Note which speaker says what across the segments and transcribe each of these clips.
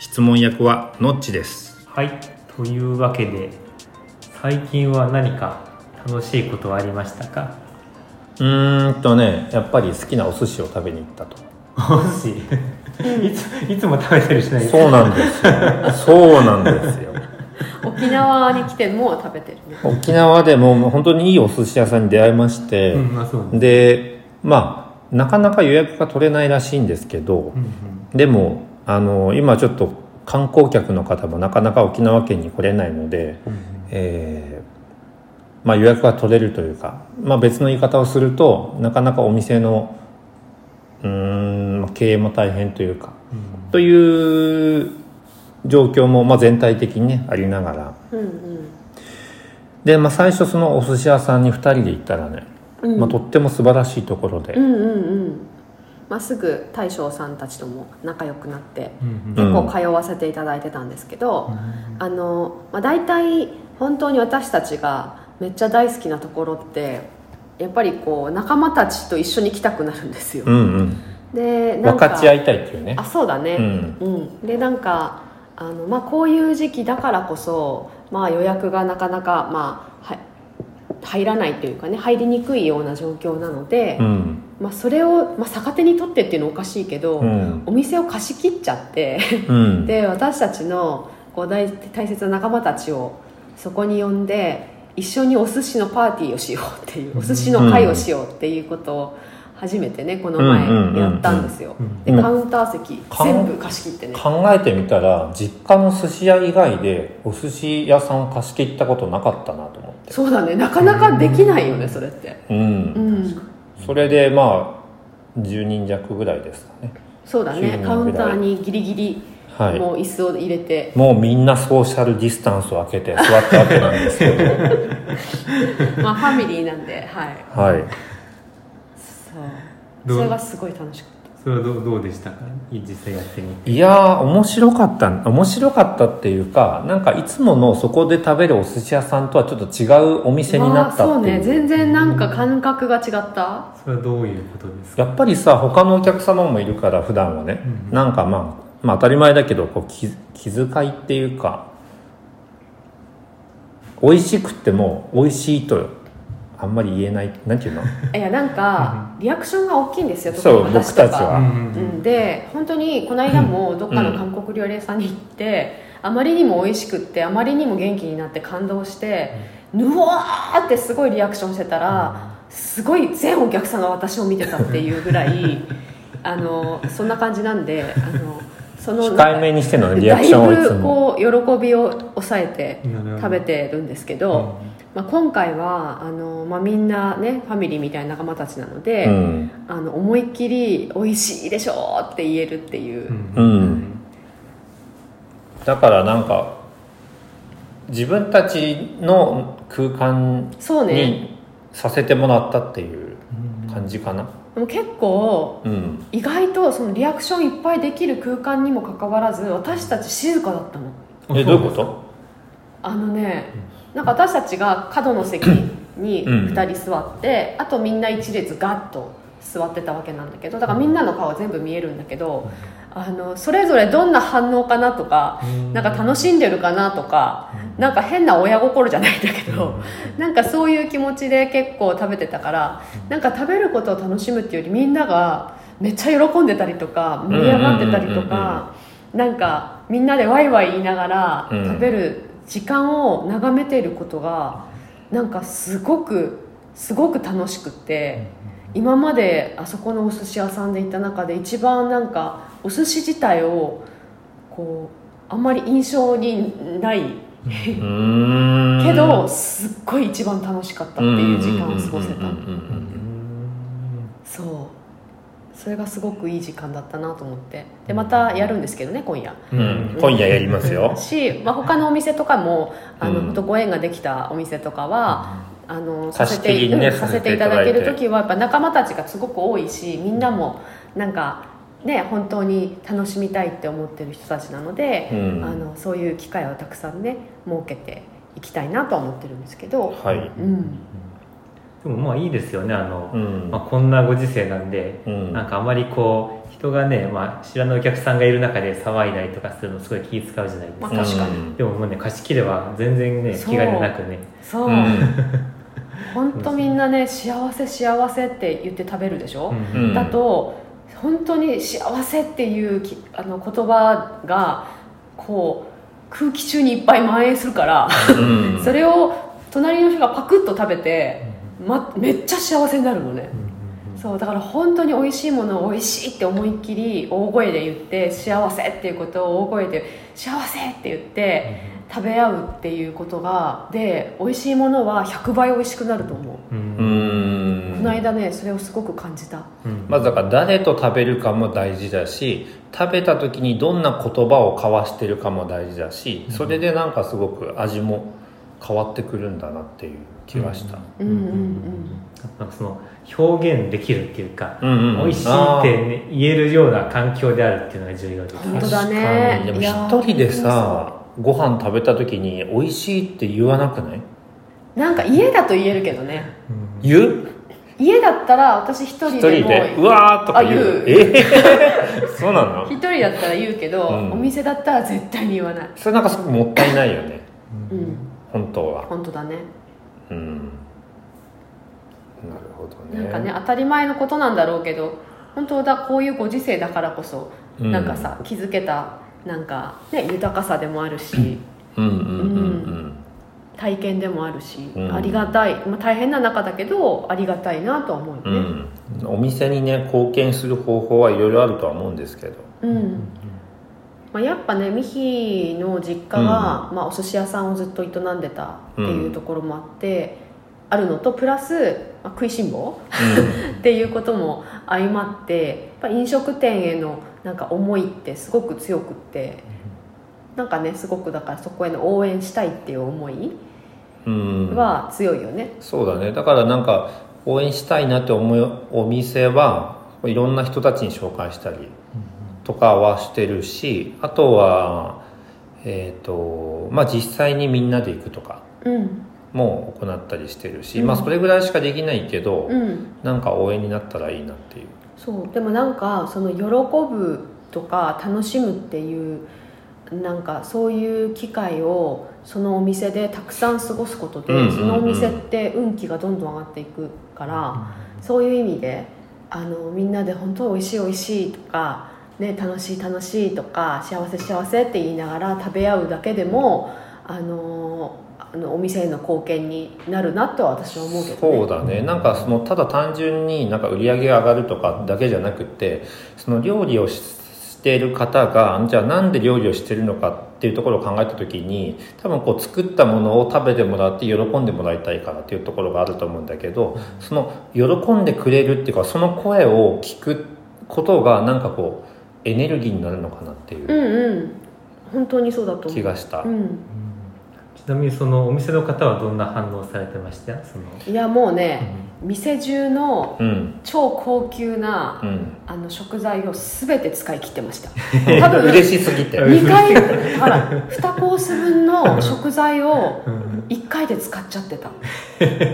Speaker 1: 質問役はのっちです
Speaker 2: はい、というわけで最近は何か楽しいことはありましたか
Speaker 1: うーんとねやっぱり好きなお寿司を食べに行ったと
Speaker 2: お寿司 いついつも食べてるしない
Speaker 1: そうなんですよそうなんですよ
Speaker 3: 沖縄に来てもう食べてるね
Speaker 1: 沖縄でももう本当にいいお寿司屋さんに出会いまして、
Speaker 2: うんまあそうね
Speaker 1: でまあなかなか予約が取れないらしいんですけど、
Speaker 2: うん
Speaker 1: でもあの今ちょっと観光客の方もなかなか沖縄県に来れないので、
Speaker 2: うん
Speaker 1: えーまあ、予約が取れるというか、まあ、別の言い方をするとなかなかお店のうーん経営も大変というか
Speaker 2: うん
Speaker 1: という状況も、まあ、全体的にねありながら
Speaker 3: うんうん
Speaker 1: で、まあ、最初そのお寿司屋さんに2人で行ったらね、
Speaker 3: うん
Speaker 1: まあ、とっても素晴らしいところで、
Speaker 3: うんうんうんまあすぐ大将さんたちとも仲良くなって
Speaker 2: うん
Speaker 1: うん
Speaker 3: 結構通わせていただいてたんですけど、
Speaker 2: うん
Speaker 3: あの、まあ、大体本当に私たちがめっちゃ大好きなところってやっぱりこう仲間たちと一緒に来たくなるんですよ、
Speaker 1: うんうん、
Speaker 3: でなん
Speaker 1: 分
Speaker 3: か
Speaker 1: かち合いたいっていうね
Speaker 3: あそうだね、
Speaker 1: うん
Speaker 3: うん、でなんかあの、まあ、こういう時期だからこそ、まあ、予約がなかなか、まあ、は入らないというかね入りにくいような状況なので、
Speaker 1: うん
Speaker 3: まあ、それを、まあ、逆手に取ってっていうのおかしいけど、
Speaker 1: うん
Speaker 3: お店を貸し切っちゃって
Speaker 1: うん
Speaker 3: で私たちのこう大大切な仲間たちをそこに呼んで一緒にお寿司のパーティーをしようっていうお寿司の会をしようっていうことを初めてねこの前やったんですよ
Speaker 2: うんうんうんうん
Speaker 3: でカウンター席
Speaker 1: かん
Speaker 3: 全部貸し切ってね
Speaker 1: 考えてみたら実家の寿司屋以外でお寿司屋さんを貸し切ったことなかったなと思って
Speaker 3: そうだねなかなかできないよねそれって
Speaker 1: う、
Speaker 3: うんん
Speaker 1: それでまあ10人弱ぐらいですかね
Speaker 3: そうだねカウンターにギリギリ
Speaker 1: はい
Speaker 3: もう椅子を入 れて
Speaker 1: もうみんなソーシャルディスタンスを空けて座ったわけなんです けど
Speaker 3: まあファミリーなんではい
Speaker 1: はい
Speaker 3: そう
Speaker 2: どう
Speaker 3: それがすごい楽しかっ
Speaker 2: それはどうどうでしたか実際やってみて
Speaker 1: いやー面白かった面白かったっていうかなんかいつものそこで食べるお寿司屋さんとはちょっと違うお
Speaker 3: た
Speaker 1: 店になった
Speaker 3: まあそう
Speaker 1: っていう,、
Speaker 3: ね全然なんか感覚が違った
Speaker 2: それはどういうことですか
Speaker 1: やっぱりさ他のお客様もいるから普段はね、
Speaker 2: うんうん
Speaker 1: なんかまあ、まあ当たり前だけどこう気気遣いっていうか美味しくっても美味しいとあんまり言えないなんていうの
Speaker 3: いやなんかリアクションが大きいんですよ
Speaker 1: そう
Speaker 3: 特に私とか
Speaker 1: 僕たちは
Speaker 2: うんうん
Speaker 3: うん、で本当にこの間もどっかの韓国料理屋さんに行って、あまりにも美味しくってあまりにも元気になって感動して、うわーってすごいリアクションしてたら、すごい全お客さんが私を見てたっていうぐらいあのそんな感じなんであのその
Speaker 1: 控えめにしてるのねリアクションをい
Speaker 3: だい
Speaker 1: つ
Speaker 3: ぶ
Speaker 1: も
Speaker 3: こう喜びを抑えて
Speaker 2: なるほど
Speaker 3: 食べてるんですけど、まあ、今回はあの、まあ、みんなねファミリーみたいな仲間たちなので、
Speaker 1: うん
Speaker 3: あの思いっきり「美味しいでしょ」って言えるっていう、
Speaker 2: うん
Speaker 1: うんだからなんか自分たちの空間
Speaker 3: そうね
Speaker 1: にさせてもらったっていう
Speaker 2: うん
Speaker 1: 感じかな
Speaker 3: でも結構
Speaker 1: うん
Speaker 3: 意外とそのリアクションいっぱいできる空間にもかかわらず私たち静かだったの
Speaker 1: えどういうこと
Speaker 3: あのねなんか私たちが角の席に
Speaker 1: うん
Speaker 3: 2人座って、あとみんな一列ガッと座ってたわけなんだけどだからみんなの顔は全部見えるんだけどあのそれぞれどんな反応かなとか
Speaker 2: うん
Speaker 3: なんか楽しんでるかなとかなんか変な親心じゃないんだけどなんかそういう気持ちで結構食べてたからなんか食べることを楽しむっていうよりみんながめっちゃ喜んでたりとか盛り上がってたりとかなんかみんなでワイワイ言いながら
Speaker 1: うん
Speaker 3: 食べる時間を眺めていることがなんかすごくすごく楽しくって今まであそこのお寿司屋さんで行った中で一番なんかお寿司自体をこうあんまり印象にないう
Speaker 1: ーん
Speaker 3: けど、すっごい一番楽しかったっていう時間を過ごせた
Speaker 1: うんうんうんうんうんうん
Speaker 3: そうそれがすごくいい時間だったなと思ってでまたやるんですけどね今夜
Speaker 1: うん、今夜やりますよ。
Speaker 3: し、まあ、他のお店とかもあの、
Speaker 1: うん
Speaker 3: 本当ご縁ができたお店とかは、あのさ
Speaker 1: 貸し
Speaker 3: せて
Speaker 1: 切りね
Speaker 3: うんさせていた
Speaker 1: さ
Speaker 3: だけ
Speaker 1: せていただい
Speaker 3: る
Speaker 1: て
Speaker 3: 時はやっぱ仲間たちがすごく多いしみんなもなんかね本当に楽しみたいって思ってる人たちなので、
Speaker 1: うん
Speaker 3: あのそういう機会をたくさんね設けていきたいなとは思ってるんですけど、
Speaker 1: はい。
Speaker 3: うん、
Speaker 2: でもまあいいですよねあの、
Speaker 1: うん
Speaker 2: まあ、こんなご時世なんで、
Speaker 1: うん
Speaker 2: なんかあまりこう人がね、まあ、知らないお客さんがいる中で騒いだりとかするのすごい気使うじゃないです
Speaker 3: まあ
Speaker 2: か、
Speaker 3: 確か
Speaker 1: う
Speaker 3: に、
Speaker 1: ん
Speaker 2: でももうね貸し切れば全然ね
Speaker 3: そう
Speaker 2: 気兼ねなくね
Speaker 3: そう、本当みんなね幸せ幸せって言って食べるでしょ、
Speaker 2: うん
Speaker 1: うん
Speaker 3: だと本当に幸せっていうきあの言葉がこう空気中にいっぱい蔓延するから、
Speaker 1: うん
Speaker 3: それを隣の人がパクッと食べて、ま、めっちゃ幸せになるのね、そうだから本当に美味しいものを美味しいって思いっきり大声で言って幸せっていうことを大声で幸せって言って食べ合うっていうことがで美味しいものは100倍美味しくなると思う、
Speaker 2: う
Speaker 1: うんん。
Speaker 3: この間ねそれをすごく感じた
Speaker 2: うん
Speaker 1: まずだから誰と食べるかも大事だし食べた時にどんな言葉を交わしてるかも大事だしそれでなんかすごく味も変わってくるんだなっていう気がした、
Speaker 3: うんうんうん
Speaker 2: なんかその表現できるっていうか、
Speaker 1: うんうんうん
Speaker 2: 美味しいって、ね、言えるような環境であるっていうのが重要です
Speaker 3: 本当だね
Speaker 1: でも
Speaker 3: いや
Speaker 1: 一人でさご飯食べた時に美味しいって言わなくない
Speaker 3: なんか家だと言えるけどね
Speaker 1: 言う
Speaker 3: 家だったら私一
Speaker 1: 一
Speaker 3: 人
Speaker 1: 人
Speaker 3: で
Speaker 1: でう
Speaker 3: も
Speaker 1: わーとか言う
Speaker 3: あ言
Speaker 1: え ーそうなの
Speaker 3: 一人だったら言うけど、
Speaker 1: うん
Speaker 3: お店だったら絶対に言わない
Speaker 1: それなんかすごくもったいないよね
Speaker 3: うん
Speaker 1: 本当は
Speaker 3: 本当だね
Speaker 1: うんなるほどね
Speaker 3: なんかね当たり前のことなんだろうけど本当だこういうご時世だからこそ、
Speaker 1: うん
Speaker 3: なんかさ気づけたなんか、ね、豊かさでもあるし
Speaker 1: うんうんうんうん
Speaker 3: 体験でもあるし、
Speaker 1: うん
Speaker 3: ありがたい、まあ、大変な中だけどありがたいなとは思うよ
Speaker 1: う
Speaker 3: ね
Speaker 1: ん、お店にね貢献する方法はいろいろあるとは思うんですけど
Speaker 3: うん、まあ、やっぱねミヒの実家は、まあ、お寿司屋さんをずっと営んでたっていうところもあって、あるのとプラス、まあ、食いしん坊っていうことも相まってやっぱ飲食店へのなんか思いってすごく強くってなんかねすごくだからそこへの応援したいっていう思い
Speaker 1: うん、
Speaker 3: は強いよね、
Speaker 1: そうだねだからなんか応援したいなって思うお店はいろんな人たちに紹介したりとかはしてるしあとはえっ、とまあ実際にみんなで行くとか
Speaker 3: うん
Speaker 1: も行ったりしてるし、
Speaker 3: うん
Speaker 1: まあそれぐらいしかできないけど、
Speaker 3: うん、
Speaker 1: なんか応援になったらいいなっていう
Speaker 3: そうでもなんかその喜ぶとか楽しむっていうなんかそういう機会をそのお店でたくさん過ごすことで、
Speaker 1: うんうんうん
Speaker 3: そのお店って運気がどんどん上がっていくから、そういう意味であのみんなで本当美味しい美味しいとか、ね、楽しい楽しいとか幸せ幸せって言いながら食べ合うだけでもあのあのお店への貢献になるなとは私は思うけど、ね、
Speaker 1: そうだねなんかそのただ単純になんか売り上げが上がるとかだけじゃなくてその料理をししている方がじゃあなんで料理をしてるのかっていうところを考えた時に多分こう作ったものを食べてもらって喜んでもらいたいからっていうところがあると思うんだけどその喜んでくれるっていうかその声を聞くことがなんかこうエネルギーになるのかなっていううん
Speaker 3: うん本当にそうだと思
Speaker 1: 気
Speaker 3: う
Speaker 1: がした。
Speaker 3: うん
Speaker 2: ちなみにそのお店の方はどんな反応されてましたその
Speaker 3: いやもうね、店中の
Speaker 1: うん、
Speaker 3: 超高級な、
Speaker 1: うん
Speaker 3: あの食材を全て使い切ってました 多分
Speaker 1: 嬉しすぎて。
Speaker 3: 2回あら2コース分の食材を1回で使っちゃってた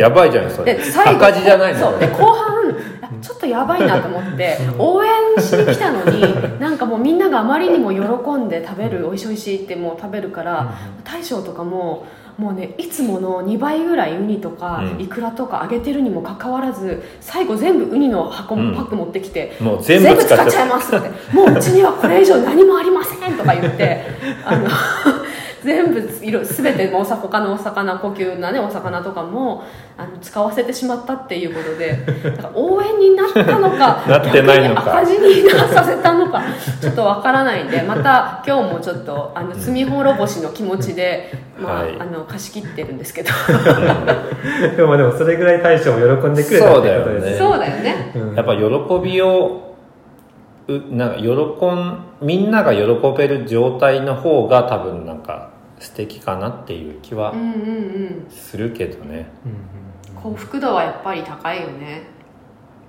Speaker 1: やばいじゃん、それ。
Speaker 3: で最後
Speaker 1: 赤字じゃないの
Speaker 3: そうで後半あちょっとやばいなと思って応援しに来たのになんかもうみんながあまりにも喜んで食べるおいしいおいしいってもう食べるから大将とかももうねいつもの2倍ぐらいウニとか
Speaker 1: うん
Speaker 3: イクラとか揚げてるにもかかわらず最後全部ウニの箱
Speaker 1: うん
Speaker 3: もパック持ってきて。
Speaker 1: もう全部使っちゃっ
Speaker 3: 全部使
Speaker 1: た
Speaker 3: い。ますってもううちにはこれ以上何もありませんとか 言ってあの全部いろ全てのおさ他のお魚高級なねお魚とかもあの使わせてしまったっていうことでだから応援になったのか
Speaker 1: なってないのか
Speaker 3: 逆に赤字になさせたのかちょっとわからないんでまた今日もちょっとあの罪滅ぼしの気持ちで、まあ
Speaker 1: はい
Speaker 3: あの貸し切ってるんですけど
Speaker 2: でもでもそれぐらい大将も喜んでくれた
Speaker 1: そ
Speaker 2: っ
Speaker 1: うだ
Speaker 2: て
Speaker 1: よ
Speaker 2: こと
Speaker 1: ね
Speaker 2: です
Speaker 3: そうだよね
Speaker 2: うん
Speaker 1: やっぱ喜びをうなんか喜んみんなが喜べる状態の方が多分なんか素敵かなっていう気は
Speaker 3: うんうんうん
Speaker 1: するけどね、
Speaker 2: うん
Speaker 3: 幸福度はやっぱり高いよね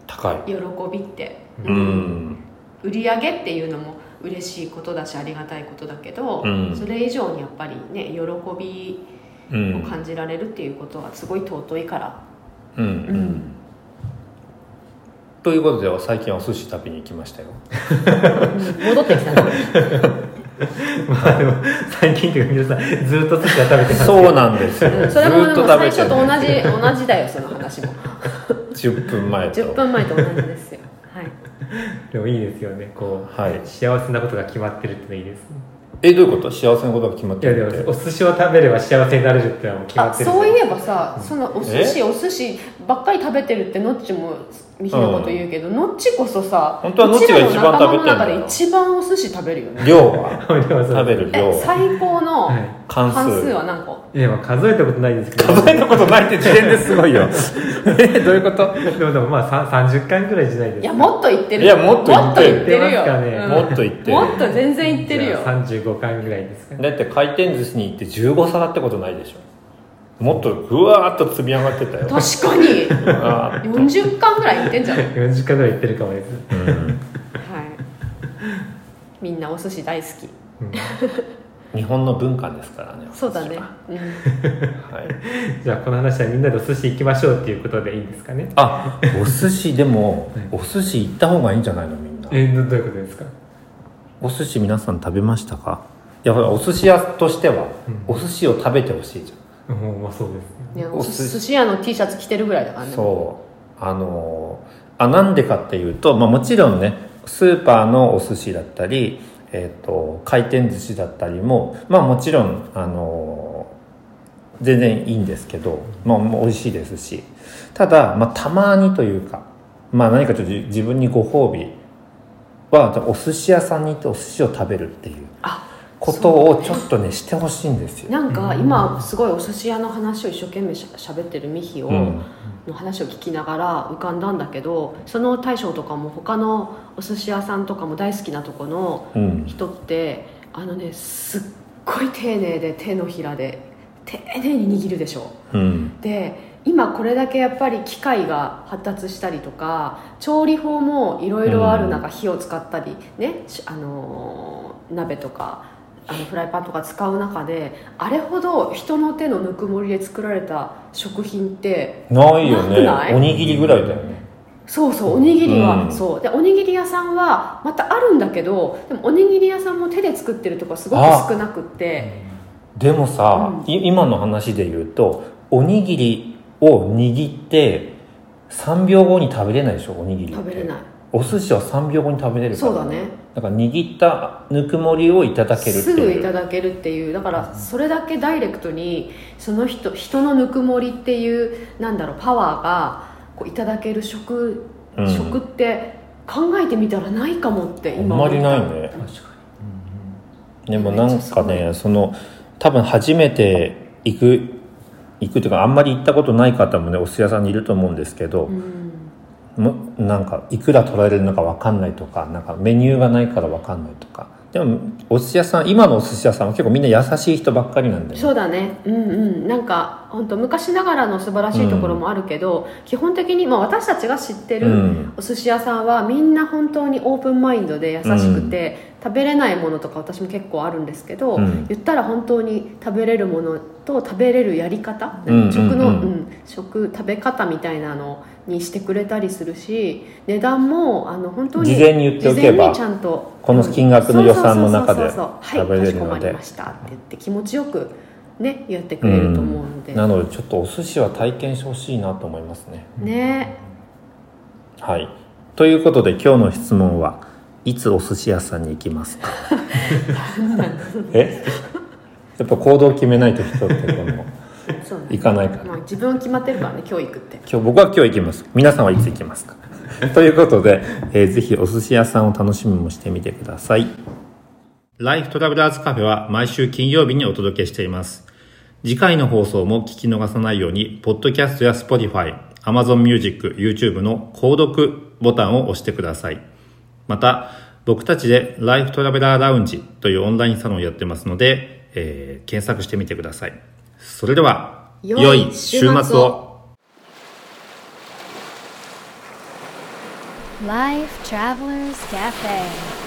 Speaker 1: 高い
Speaker 3: 喜びって、
Speaker 1: うん、
Speaker 3: 売り上げっていうのも嬉しいことだしありがたいことだけど、
Speaker 1: うん
Speaker 3: それ以上にやっぱりね喜び
Speaker 1: う
Speaker 3: を
Speaker 1: ん
Speaker 3: 感じられるっていうことはすごい尊いから、
Speaker 1: うんうんということで最近お寿司食べに行きま したよ
Speaker 3: 戻って きたな
Speaker 2: まあでも最近っていうか皆さんずっと寿司は食べてますけど
Speaker 1: そうなんですよ
Speaker 3: それもで
Speaker 1: ずっと食
Speaker 3: も最
Speaker 1: べて
Speaker 3: 初と
Speaker 1: る
Speaker 3: 同じ同じだよその話も
Speaker 1: 10分前と
Speaker 3: 10分前と同じですよはい
Speaker 2: でもいいですよねこう、
Speaker 1: はい
Speaker 2: 幸せなことが決まってるってのいいですね
Speaker 1: えどういうこと幸せなことが決まっ
Speaker 2: い
Speaker 1: て
Speaker 2: や
Speaker 1: るって
Speaker 2: でもお寿司を食べれば幸せになれるってのはもう決ま
Speaker 3: あ
Speaker 2: ってるんで
Speaker 3: そういえばさそのお寿司お寿司ばっかり食べてるってのっちもみひなこと言うけど、のっちこそさ
Speaker 1: 本当はのっちが一番食べてんだよ
Speaker 3: うちらの仲間の中で一番お寿司食べるよね
Speaker 1: 量は
Speaker 2: でもそう
Speaker 1: 食べる量
Speaker 3: え最高の
Speaker 2: は
Speaker 1: 関数
Speaker 3: 半数は何個、
Speaker 2: いいやまあ数えたことないんですけど
Speaker 1: 数えたことないって時点ですごいよえどういうこと
Speaker 2: でもでもまあさ30巻ぐらいじゃないです
Speaker 3: いやもっと言ってる
Speaker 1: いやもっと言ってる
Speaker 3: もっと言ってよ
Speaker 2: 言ってますかね
Speaker 3: うん
Speaker 1: もっと言ってる
Speaker 3: もっと全然言ってるよ
Speaker 2: じゃあ35巻ぐらいですかね
Speaker 1: だって回転寿司に行って15皿ってことないでしょもっとぐわーっと積み上がってたよ
Speaker 3: 確かに
Speaker 1: あ
Speaker 3: 40巻ぐらい言ってんじゃん、はい、
Speaker 2: 40巻ぐらいいってるかもです、
Speaker 1: ーうん
Speaker 3: みんなお寿司大好き
Speaker 2: うん
Speaker 1: 日本の文化ですからね
Speaker 3: そうだね、うん
Speaker 1: はい、
Speaker 2: じゃあこの話はみんなでお寿司行きましょうっていうことでいいんですかね
Speaker 1: あお寿司でも
Speaker 2: はい
Speaker 1: お寿司行った方がいいんじゃないのみんな
Speaker 2: えどどういうことですか
Speaker 1: お寿司皆さん食べましたかいやほらお寿司屋としては
Speaker 2: うん
Speaker 1: お寿司を食べてほしいじ
Speaker 2: もうまあそうです
Speaker 3: ね、
Speaker 2: ね
Speaker 1: お
Speaker 3: お
Speaker 1: 寿
Speaker 3: 寿
Speaker 1: 司
Speaker 3: 司屋の T シャツ着てるぐらいだ
Speaker 1: ゃ
Speaker 3: から
Speaker 1: ん、
Speaker 3: ね
Speaker 1: そうあのーあなんでかっていうと、まあ、もちろんねスーパーのお寿司だったり、えっと回転寿司だったりもまあもちろんあのー全然いいんですけど、まあ、もう美味しいですしただ、まあ、たまにというか、まあ、何かちょっと自自分にご褒美はお寿司屋さんに行ってお寿司を食べるっていう
Speaker 3: あ
Speaker 1: ことをちょっとねしてほしいんですよ。
Speaker 3: なんか今すごいお寿司屋の話を一生懸命しゃしゃべってるミヒを、
Speaker 1: うん
Speaker 3: の話を聞きながら浮かんだんだけどその大将とかも他のお寿司屋さんとかも大好きなとこの
Speaker 1: うん
Speaker 3: 人ってあのねすっごい丁寧で手のひらで丁寧に握るでしょ
Speaker 1: うん
Speaker 3: で今これだけやっぱり機械が発達したりとか調理法もいろいろある中、火を使ったりねしあのー鍋とかあのフライパンとか使う中であれほど人の手のぬくもりで作られた食品って
Speaker 1: ないよね
Speaker 3: なくない
Speaker 1: おにぎりぐらいだよね
Speaker 3: そうそうおにぎりは、
Speaker 1: うん
Speaker 3: そうでおにぎり屋さんはまたあるんだけどでもおにぎり屋さんも手で作ってるとかすごく
Speaker 1: あ
Speaker 3: 少なくって
Speaker 1: でもさ、
Speaker 3: うん
Speaker 1: い今の話で言うとおにぎりを握って3秒後に食べれないでしょおにぎりって
Speaker 3: 食べれない
Speaker 1: お寿司は3秒後に食べれるか
Speaker 3: そ
Speaker 1: ら
Speaker 3: うだね
Speaker 1: だから握ったぬくもりをいただけるって
Speaker 3: すぐ
Speaker 1: いう
Speaker 3: いただけるっていうだからそれだけダイレクトにその人人のぬくもりっていうなんだろうパワーがこういただける食、
Speaker 1: うん
Speaker 3: 食って考えてみたらないかもって
Speaker 1: あんまりないね
Speaker 2: 確か
Speaker 1: でもなんかねその多分初めて行く行くというかあんまり行ったことない方もねお寿司屋さんにいると思うんですけど、
Speaker 3: うん
Speaker 1: もなんかいくら取られるのか分かんないとかなんかメニューがないから分かんないとかでもお寿司屋さん今のお寿司屋さんは結構みんな優しい人ばっかりなんだよね
Speaker 3: そうだねうんうんなんか本当昔ながらの素晴らしいところもあるけど、基本的に、まあ、私たちが知ってる、
Speaker 1: うん
Speaker 3: お寿司屋さんはみんな本当にオープンマインドで優しくて、食べれないものとか私も結構あるんですけど、
Speaker 1: うん
Speaker 3: 言ったら本当に食べれるものと食べれるやり方、
Speaker 1: うん
Speaker 3: 食の、
Speaker 1: うんうん
Speaker 3: うん食食べ方みたいなのにしてくれたりするし値段もあの本当に
Speaker 1: 事前に言っておけば
Speaker 3: 事前にちゃんと
Speaker 1: この金額の予算の中で
Speaker 3: そうそうそうそう
Speaker 1: 食べれるので
Speaker 3: はいかしこまりましたって言って気持ちよくねやってくれると思うので、
Speaker 1: なのでちょっとお寿司は体験してほしいなと思いますね
Speaker 3: ね
Speaker 1: はいということで今日の質問はいつお寿司屋さんに行きますかえ やっぱ行動決めないと人ってこの
Speaker 3: そうね
Speaker 1: 行かないから
Speaker 3: まあ、自分は決まってるからね今日行くって
Speaker 1: 今日僕は今日行きます皆さんはいつ行き ますかということで、えーぜひお寿司屋さんを楽しみもしてみてくださいライフトラベラーズカフェは毎週金曜日にお届けしています次回の放送も聞き逃さないようにポッドキャストや Spotify、Amazon Music、YouTube の購読ボタンを押してくださいまた、僕たちでライフトラベラーラウンジというオンラインサロンをやってますので、えー検索してみてください。それでは、
Speaker 4: 良い週末を Life Travelers Cafe.